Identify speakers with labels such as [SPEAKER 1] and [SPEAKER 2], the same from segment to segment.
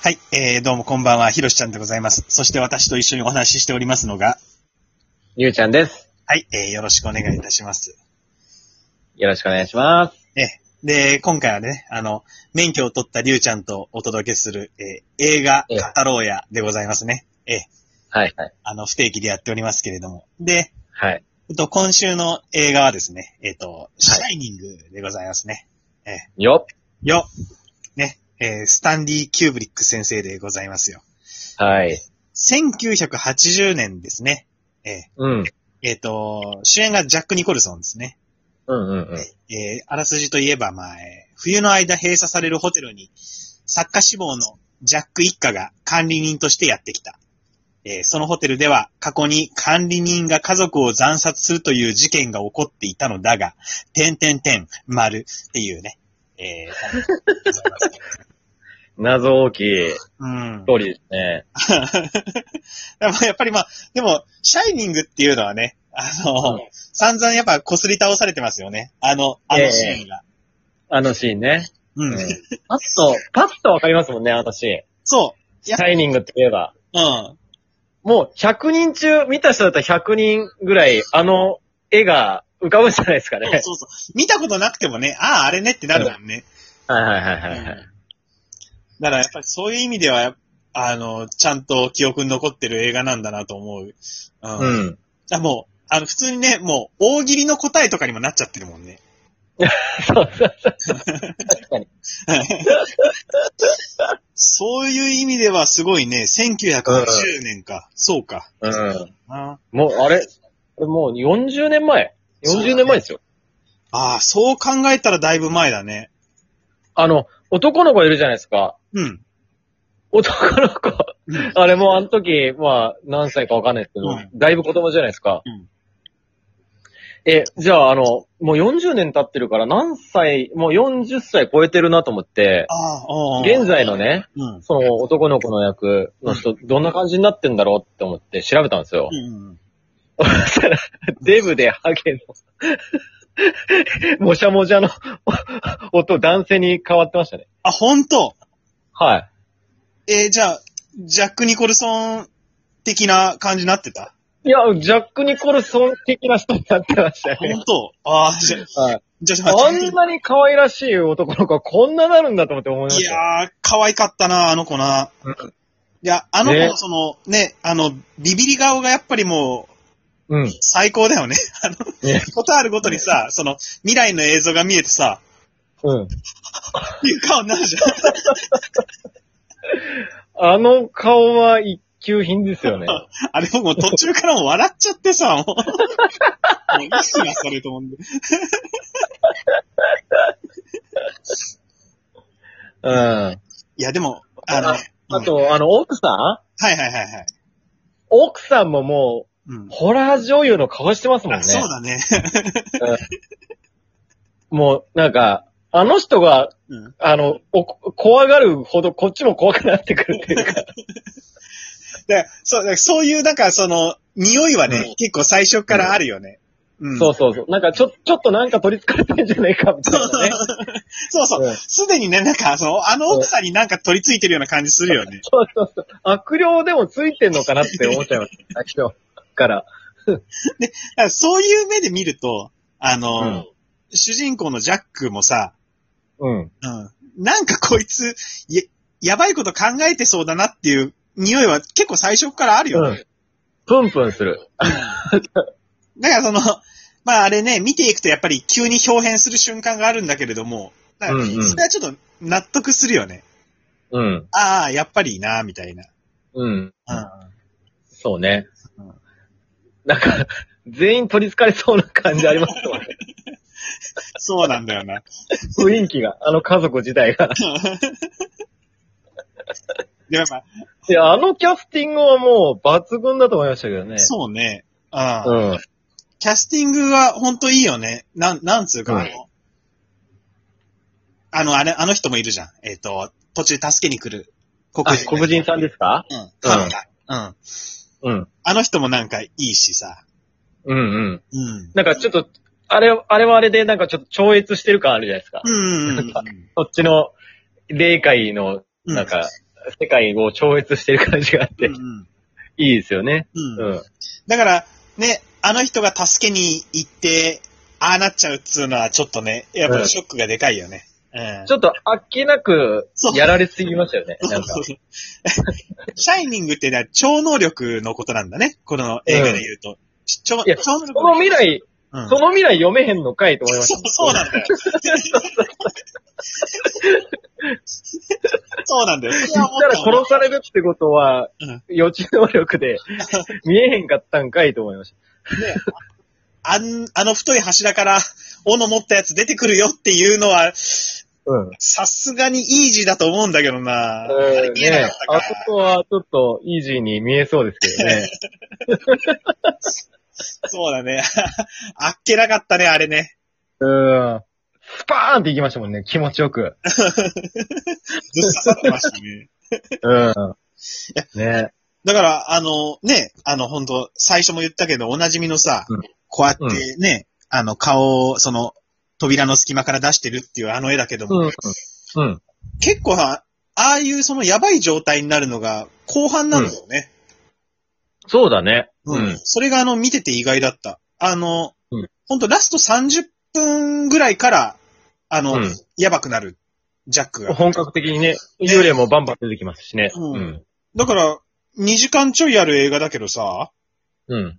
[SPEAKER 1] はい、えー、どうもこんばんは、ひろしちゃんでございます。そして私と一緒にお話ししておりますのが、
[SPEAKER 2] ゆうちゃんです。
[SPEAKER 1] はい、えー、よろしくお願いいたします。
[SPEAKER 2] よろしくお願いします。
[SPEAKER 1] えー、で、今回はね、あの、免許を取ったりゅうちゃんとお届けする、えー、映画
[SPEAKER 2] ええ、
[SPEAKER 1] 語ろうやでございますね。えー、
[SPEAKER 2] はい、はい。
[SPEAKER 1] あの、不定期でやっておりますけれども。で、
[SPEAKER 2] はい。
[SPEAKER 1] えっと、今週の映画はですね、えっと、シャイニングでございますね。
[SPEAKER 2] よ
[SPEAKER 1] よね、えー、スタンディ・キューブリック先生でございますよ。
[SPEAKER 2] っはい。
[SPEAKER 1] 1980年ですね。えー
[SPEAKER 2] うん。
[SPEAKER 1] えっ、と、主演がジャック・ニコルソンですね。
[SPEAKER 2] うんうんうん。
[SPEAKER 1] えーあらすじといえば、まあ、えー冬の間閉鎖されるホテルに、作家志望のジャック一家が管理人としてやってきた。えーそのホテルでは過去に管理人が家族を惨殺するという事件が起こっていたのだが、点点点、丸っていうね。えー
[SPEAKER 2] 謎大きいス
[SPEAKER 1] うん
[SPEAKER 2] トーリーですね。
[SPEAKER 1] でもやっぱりまあ、でも、シャイニングっていうのはね、あの、
[SPEAKER 2] うん
[SPEAKER 1] 散々やっぱ擦り倒されてますよね。あの、あのシーンが。
[SPEAKER 2] あのシーンね。
[SPEAKER 1] う。
[SPEAKER 2] うんパッと、パッとわかりますもんね、あのシ
[SPEAKER 1] そう。い
[SPEAKER 2] ーン。
[SPEAKER 1] や
[SPEAKER 2] シャイニングって言えば。
[SPEAKER 1] うん。
[SPEAKER 2] もう100人中、見た人だったら100人ぐらい、あの絵が浮かぶんじゃないですか
[SPEAKER 1] そう
[SPEAKER 2] ね。
[SPEAKER 1] そうそう。見たことなくてもね、ああ、あれねってなるもんね。
[SPEAKER 2] はいはいはい
[SPEAKER 1] うん
[SPEAKER 2] はいは
[SPEAKER 1] だか
[SPEAKER 2] い。
[SPEAKER 1] らやっぱりそういう意味では、あの、ちゃんと記憶に残ってる映画なんだなと思う。うん。
[SPEAKER 2] う
[SPEAKER 1] じ
[SPEAKER 2] ん。
[SPEAKER 1] ゃあもう、あの、普通にね、もう、大喜利の答えとかにもなっちゃってるもんね。
[SPEAKER 2] そうそうそう。確かに。
[SPEAKER 1] そういう意味ではすごいね、1980年か。そうか。
[SPEAKER 2] うん。
[SPEAKER 1] あ
[SPEAKER 2] もう、あれ、これもう40年前。40年前ですよ。
[SPEAKER 1] あ、そう考えたらだいぶ前だね。
[SPEAKER 2] あの、男の子いるじゃないですか。
[SPEAKER 1] うん。
[SPEAKER 2] 男の子。
[SPEAKER 1] うん
[SPEAKER 2] あれもうあの時、まあ、何歳かわかんないですけど、
[SPEAKER 1] うん
[SPEAKER 2] だいぶ子供じゃないですか。
[SPEAKER 1] うん
[SPEAKER 2] え、じゃあ、あの、もう40年経ってるから、何歳、もう40歳超えてるなと思って、
[SPEAKER 1] ああ、うん
[SPEAKER 2] 現。在のね、
[SPEAKER 1] うん。
[SPEAKER 2] その男の子の役の人、どんな感じになってんだろうって思って調べたんですよ
[SPEAKER 1] う。ん。
[SPEAKER 2] そしたら、デブでハゲの、もしゃもじゃの音、男性に変わってましたね。
[SPEAKER 1] あ、本当。
[SPEAKER 2] はい。
[SPEAKER 1] えーじゃあ、ジャック・ニコルソン的な感じになってた
[SPEAKER 2] いや、ジャック・ニコルソン的な人になってましたね。
[SPEAKER 1] 本当ああ、じゃ、
[SPEAKER 2] はい。
[SPEAKER 1] じゃ、じゃ、
[SPEAKER 2] あんなに可愛らしい男の子はこんななるんだと思って思いま
[SPEAKER 1] い
[SPEAKER 2] したよ。
[SPEAKER 1] やー、可愛かったな、あの子な。いや、あの子
[SPEAKER 2] ね
[SPEAKER 1] のその、ね、あの、ビビり顔がやっぱりもう、
[SPEAKER 2] うん。
[SPEAKER 1] 最高だよね。 あの
[SPEAKER 2] ね、
[SPEAKER 1] ことあるごとにさ、その、未来の映像が見えてさ、
[SPEAKER 2] うん。
[SPEAKER 1] っていう顔になるじゃん。
[SPEAKER 2] あの顔は一級品ですよね。
[SPEAKER 1] あれ僕もう途中からもう笑っちゃってさ、もう。もういいっすな、それと思うんで。
[SPEAKER 2] うん。あ
[SPEAKER 1] いや、でも、あの、うん
[SPEAKER 2] と、あの、奥さん
[SPEAKER 1] はいはいはいはい。
[SPEAKER 2] 奥さんもも
[SPEAKER 1] うん
[SPEAKER 2] う、。ホラー女優の顔してますもん
[SPEAKER 1] あ
[SPEAKER 2] ね。
[SPEAKER 1] そうだね。
[SPEAKER 2] もう、なんか、あの人が、
[SPEAKER 1] うん。
[SPEAKER 2] あの、お怖がるほどこっちも怖くなってくるっていうか。
[SPEAKER 1] だからそう、だからそういう、なんかその、匂いはね、
[SPEAKER 2] うん
[SPEAKER 1] 結構最初からあるよね。うん。
[SPEAKER 2] そうそうそう。なんか、ちょ、ちょっとなんか取り憑かれてんじゃないか、みたいなね。
[SPEAKER 1] そうそう。
[SPEAKER 2] うん
[SPEAKER 1] すでにね、なんか、その、あの奥さんになんか取り付いてるような感じするよね。
[SPEAKER 2] そうそうそう。悪霊でもついてんのかなって思っちゃいます。最初から。
[SPEAKER 1] だからそういう目で見ると、あの、
[SPEAKER 2] うん
[SPEAKER 1] 主人公のジャックもさ、
[SPEAKER 2] うん。
[SPEAKER 1] うん。なんかこいつ、や、やばいこと考えてそうだなっていう匂いは結構最初からあるよね。
[SPEAKER 2] プンプンする。
[SPEAKER 1] だからその、まああれね、見ていくとやっぱり急に表変する瞬間があるんだけれども、だから
[SPEAKER 2] うんうん
[SPEAKER 1] それはちょっと納得するよね。
[SPEAKER 2] うん。
[SPEAKER 1] ああ、やっぱりな、みたいな。
[SPEAKER 2] うん。
[SPEAKER 1] うん
[SPEAKER 2] そうね
[SPEAKER 1] うん。
[SPEAKER 2] なんか、全員取り憑かれそうな感じあり ますもんね。
[SPEAKER 1] そうなんだよな。
[SPEAKER 2] 雰囲気が、あの家族自体が。
[SPEAKER 1] でもや っぱ、
[SPEAKER 2] いや、あのキャスティングはもう抜群だと思いましたけどね。
[SPEAKER 1] そうね。ああ
[SPEAKER 2] うん。
[SPEAKER 1] キャスティングは本当いいよね。なん、なんつうか、あの、
[SPEAKER 2] うん
[SPEAKER 1] あの、あれ、あの人もいるじゃん。えっ、と、途中助けに来る。黒
[SPEAKER 2] あ
[SPEAKER 1] 人。、
[SPEAKER 2] 黒人さんですか
[SPEAKER 1] うん。ハンターうん。
[SPEAKER 2] うん。
[SPEAKER 1] あの人もなんかいいしさ。
[SPEAKER 2] うんうん。
[SPEAKER 1] うん。
[SPEAKER 2] なんかちょっと、あれ、あれはあれでなんかちょっと超越してる感あるじゃないですか。
[SPEAKER 1] うんうんうん。
[SPEAKER 2] そっちの、霊界の、なんか、世界を超越してる感じがあって、
[SPEAKER 1] うん
[SPEAKER 2] い
[SPEAKER 1] うん
[SPEAKER 2] いですよね。
[SPEAKER 1] うん
[SPEAKER 2] うん。
[SPEAKER 1] だから、ね、あの人が助けに行って、ああなっちゃうっつうのはちょっとね、やっぱりショックがでかいよね。うん。
[SPEAKER 2] ちょっとあっけなく
[SPEAKER 1] そう
[SPEAKER 2] やられすぎましたよね。なんか。
[SPEAKER 1] シャイニングってのは超能力のことなんだね。この映画で言うと。ち超
[SPEAKER 2] いや
[SPEAKER 1] 超能力
[SPEAKER 2] その未来、
[SPEAKER 1] うん
[SPEAKER 2] その未来読めへんのかいと思いまし
[SPEAKER 1] そ
[SPEAKER 2] た
[SPEAKER 1] う。そうなんだよ。そうなんだよ。それ
[SPEAKER 2] 言
[SPEAKER 1] は
[SPEAKER 2] っ
[SPEAKER 1] 思
[SPEAKER 2] たら
[SPEAKER 1] たわ
[SPEAKER 2] 殺されるってことは
[SPEAKER 1] うん、
[SPEAKER 2] 予知能力で 見えへんかったんかいと思いまし
[SPEAKER 1] ねあん、あの太い柱から、斧持ったやつ出てくるよっていうのは、
[SPEAKER 2] た。うん。
[SPEAKER 1] さすがにイージーだと思うんだけどな。
[SPEAKER 2] うん
[SPEAKER 1] 見えな
[SPEAKER 2] ね
[SPEAKER 1] かったか
[SPEAKER 2] あそこはちょっとイージーに見えそうですけどね。
[SPEAKER 1] そうだね。あっけなかったね、あれね。
[SPEAKER 2] うん。スパーンっていきましたもんね、気持ちよく。
[SPEAKER 1] ぶっ刺さってましたね。
[SPEAKER 2] うん。ね
[SPEAKER 1] だから、あの、ね、あの、本当最初も言ったけど、おなじみのさ、
[SPEAKER 2] うん
[SPEAKER 1] こうやってね、あの、顔を、その、扉の隙間から出してるっていうあの絵だけども、
[SPEAKER 2] うん。うん。
[SPEAKER 1] 結構は、ああいうそのやばい状態になるのが後半なんだよね。
[SPEAKER 2] そうだね。
[SPEAKER 1] う。
[SPEAKER 2] うんん。
[SPEAKER 1] それがあの、見てて意外だった。あの、
[SPEAKER 2] うん
[SPEAKER 1] ほんとラスト30分ぐらいから、あの、
[SPEAKER 2] うん
[SPEAKER 1] やばくなる、ジャックが。
[SPEAKER 2] 本格的にね、幽霊もバンバン出てきますしね。
[SPEAKER 1] う
[SPEAKER 2] うんん。
[SPEAKER 1] だから、2時間ちょいある映画だけどさ、
[SPEAKER 2] うん。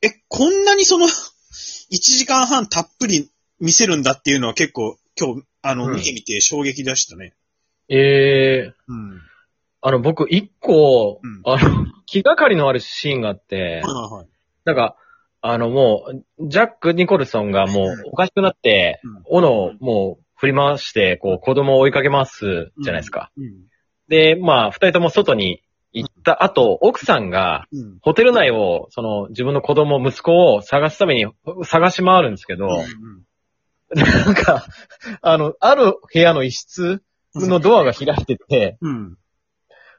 [SPEAKER 1] え、こんなにその、1時間半たっぷり見せるんだっていうのは結構、今日、あの、
[SPEAKER 2] うん
[SPEAKER 1] 見てみて衝撃でしたね。
[SPEAKER 2] ええー、
[SPEAKER 1] うん。はい
[SPEAKER 2] あの、僕、一個
[SPEAKER 1] うん、
[SPEAKER 2] あの、 気がかりのあるシーンがあっ
[SPEAKER 1] は
[SPEAKER 2] て、
[SPEAKER 1] いはい。
[SPEAKER 2] なんか、あのもう、ジャック・ニコルソンがもうおかしくなって
[SPEAKER 1] うん、
[SPEAKER 2] 斧をもう振り回して、こう子供を追いかけ回すじゃないですか。
[SPEAKER 1] うん。
[SPEAKER 2] で、まあ、二人とも外に行った後、奥さんが、
[SPEAKER 1] うん。
[SPEAKER 2] ホテル内を、その、自分の子供、息子を探すために、探し回るんですけど、
[SPEAKER 1] うん
[SPEAKER 2] なんか、あの、ある部屋の一室のドアが開いてて、
[SPEAKER 1] うん。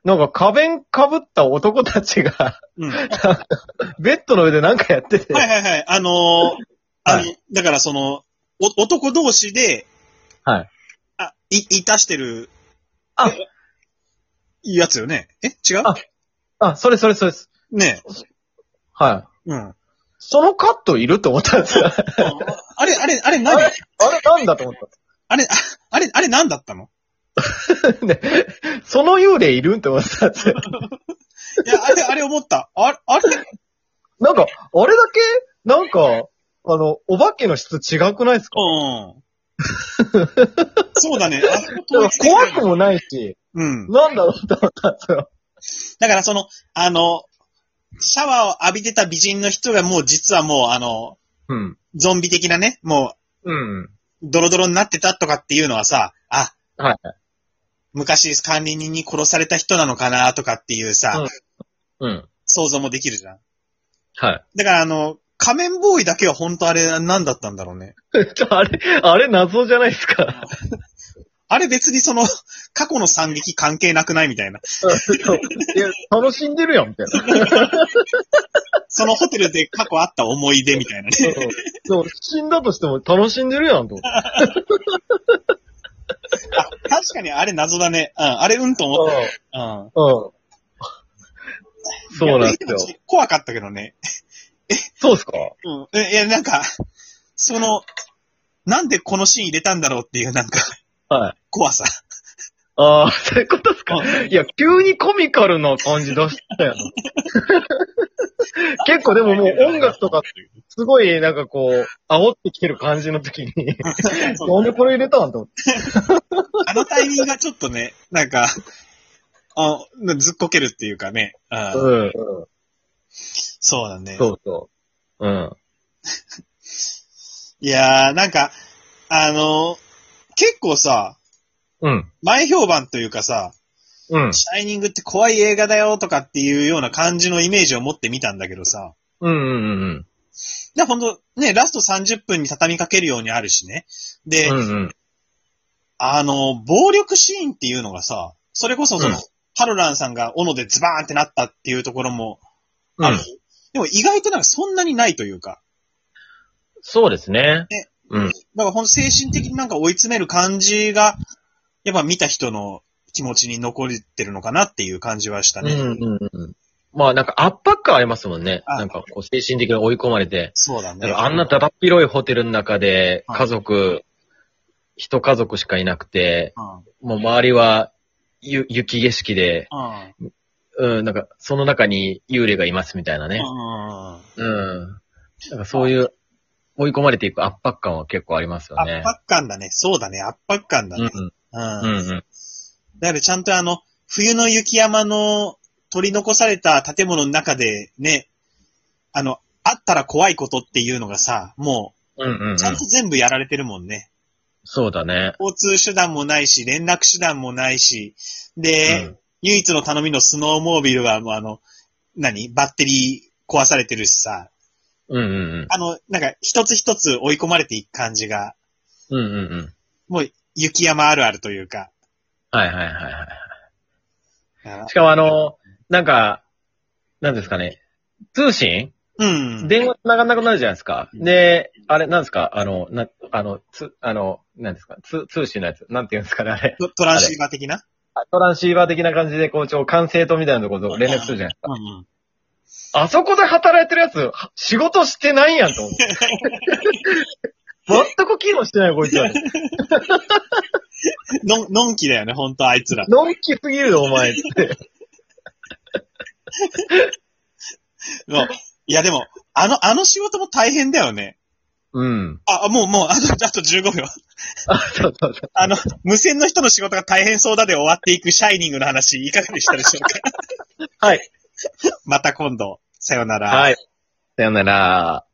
[SPEAKER 2] なんか壁に被った男たちが、
[SPEAKER 1] うん。
[SPEAKER 2] ベッドの上でなんかやってて、
[SPEAKER 1] はいはいはい。あのーあの
[SPEAKER 2] は
[SPEAKER 1] だからその、お男同士で、
[SPEAKER 2] はい。
[SPEAKER 1] あ、い、いたしてる、
[SPEAKER 2] あ
[SPEAKER 1] やつよね。え違う
[SPEAKER 2] ああ、それそれそれです。
[SPEAKER 1] ね
[SPEAKER 2] はい。
[SPEAKER 1] え。うん。
[SPEAKER 2] そのカットいると思ったんですよ。あ
[SPEAKER 1] あれ、あれ、あれ何
[SPEAKER 2] あれなんだと思っ
[SPEAKER 1] あれ、ああれ、あれ何だったの
[SPEAKER 2] た。ねその幽霊いると思ったんですよ。
[SPEAKER 1] いや、あれ、あれ思った。あれ、あれ
[SPEAKER 2] なんか、あれだけ、なんか、あの、お化けの質違くないですか
[SPEAKER 1] うん。そう だね。あ
[SPEAKER 2] 怖くもないし、
[SPEAKER 1] うん。
[SPEAKER 2] なんだろうと思ったんですよ。
[SPEAKER 1] だからその、あの、シャワーを浴びてた美人の人がもう実はもうあの、
[SPEAKER 2] うん。
[SPEAKER 1] ゾンビ的なね、も
[SPEAKER 2] うん。
[SPEAKER 1] う、ドロドロになってたとかっていうのはさ、あ、
[SPEAKER 2] はい。
[SPEAKER 1] 昔管理人に殺された人なのかなとかっていうさ、
[SPEAKER 2] うんうん。
[SPEAKER 1] 想像もできるじゃん。
[SPEAKER 2] はい。
[SPEAKER 1] だからあの、仮面ボーイだけは本当あれ何だったんだろうね。
[SPEAKER 2] ちょあれ、あれ謎じゃないですか。
[SPEAKER 1] あれ別にその、過去の惨劇関係なくないみたいな。
[SPEAKER 2] いや、楽しんでるやん、みたいな。
[SPEAKER 1] そのホテルで過去あった思い出みたいなね。
[SPEAKER 2] そう、死んだとしても楽しんでるやん、と思って。
[SPEAKER 1] 確かにあれ謎だね。うん、あれうんと思っ
[SPEAKER 2] うん
[SPEAKER 1] た。うん。
[SPEAKER 2] うん。そうなんです
[SPEAKER 1] いや
[SPEAKER 2] よ。
[SPEAKER 1] ちょっと怖かったけどね。
[SPEAKER 2] そうですか
[SPEAKER 1] うん。え、いや、なんか、その、なんでこのシーン入れたんだろうっていう、なんか、
[SPEAKER 2] はい。
[SPEAKER 1] 怖 さ。
[SPEAKER 2] ああ、そういうことですか
[SPEAKER 1] う
[SPEAKER 2] いや、急にコミカルな感じ出した やん。結構でももう音楽とか、すごいなんかこう、煽ってきてる感じの時に、なんでこれ入れたんと思って。
[SPEAKER 1] あのタイミングがちょっとね、なんか、あずっこけるっていうかね。うん。
[SPEAKER 2] うん。
[SPEAKER 1] そうだね。
[SPEAKER 2] そうそう。うん。
[SPEAKER 1] いやー、なんか、あの、結構さ、
[SPEAKER 2] うん。
[SPEAKER 1] 前評判というかさ、
[SPEAKER 2] うん。
[SPEAKER 1] シャイニングって怖い映画だよとかっていうような感じのイメージを持ってみたんだけどさ、
[SPEAKER 2] うんうんうん
[SPEAKER 1] で、ほんと、ね、ラスト30分に畳みかけるようにあるしね。で、
[SPEAKER 2] うん。うんうん。
[SPEAKER 1] あの、暴力シーンっていうのがさ、それこそその、
[SPEAKER 2] うん
[SPEAKER 1] ハロランさんが斧でズバーンってなったっていうところも
[SPEAKER 2] う
[SPEAKER 1] ある。
[SPEAKER 2] ん。
[SPEAKER 1] でも意外となんかそんなにないというか、
[SPEAKER 2] そうですね
[SPEAKER 1] ね。
[SPEAKER 2] うん。
[SPEAKER 1] だからほんと精神的になんか追い詰める感じが、やっぱ見た人の気持ちに残ってるのかなっていう感じはした
[SPEAKER 2] うん
[SPEAKER 1] ね。
[SPEAKER 2] うんうん。まあなんか圧迫感ありますもんね。
[SPEAKER 1] あ
[SPEAKER 2] なんかこう精神的に追い込まれて。
[SPEAKER 1] そうだ
[SPEAKER 2] なん
[SPEAKER 1] ね。
[SPEAKER 2] かあんなだだっ広いホテルの中で、
[SPEAKER 1] はい
[SPEAKER 2] 家族、一家族しかいなくて、
[SPEAKER 1] うん。うん。
[SPEAKER 2] もう周りはゆ雪景色で、うん、なんかその中に幽霊がいますみたいなね。
[SPEAKER 1] うん
[SPEAKER 2] うん。なんかそういう追い込まれていく圧迫感は結構ありますよね
[SPEAKER 1] 圧。迫感だね。そうだね。圧迫感だ
[SPEAKER 2] うん
[SPEAKER 1] ね。
[SPEAKER 2] う
[SPEAKER 1] う
[SPEAKER 2] ん。
[SPEAKER 1] ん。
[SPEAKER 2] うんうん。
[SPEAKER 1] だからちゃんとあの、冬の雪山の取り残された建物の中でね、あの、あったら怖いことっていうのがさ、も
[SPEAKER 2] うんうんう
[SPEAKER 1] う、
[SPEAKER 2] ん
[SPEAKER 1] ちゃんと全部やられてるもんね。
[SPEAKER 2] そうだね。
[SPEAKER 1] 交通手段もないし、連絡手段もないし、で、
[SPEAKER 2] うん
[SPEAKER 1] 唯一の頼みのスノーモービルはもうあの、何バッテリー壊されてるしさ、
[SPEAKER 2] うんうん
[SPEAKER 1] あの、なんか一つ一つ追い込まれていく感じが、
[SPEAKER 2] うん。うんうんうん。
[SPEAKER 1] もう雪山あるあるというか。
[SPEAKER 2] はいはいはいはい。
[SPEAKER 1] あ
[SPEAKER 2] しかもあの、なんか、なんですかね、通信
[SPEAKER 1] うん。
[SPEAKER 2] 電話繋がんなくなるじゃないですか。
[SPEAKER 1] うん
[SPEAKER 2] で、あれ、なんですかあの、な、あの、つ、あの、なんですか通、通信のやつ。なんていうんですかねあれ。
[SPEAKER 1] トトランシーバー的な
[SPEAKER 2] あトランシーバー的な感じで、こう、ちょ、管制塔みたいなところと連絡するじゃないです
[SPEAKER 1] うんうん。
[SPEAKER 2] か。あそこで働いてるやつ、は仕事してないやんと思って。全く機能してない、こいつ は。
[SPEAKER 1] のん、のんきだよね、ほんとあいつら。
[SPEAKER 2] のんきすぎるよ、お前って。
[SPEAKER 1] もういやでも、あの、あの仕事も大変だよね。
[SPEAKER 2] うん。
[SPEAKER 1] あ、もうもう、あと、あと15秒。
[SPEAKER 2] あ、そうそうそう。
[SPEAKER 1] あの、無線の人の仕事が大変そうだで終わっていくシャイニングの話、いかがでしたでしょうか
[SPEAKER 2] はい。
[SPEAKER 1] また今度。さよなら。
[SPEAKER 2] はい。さよなら。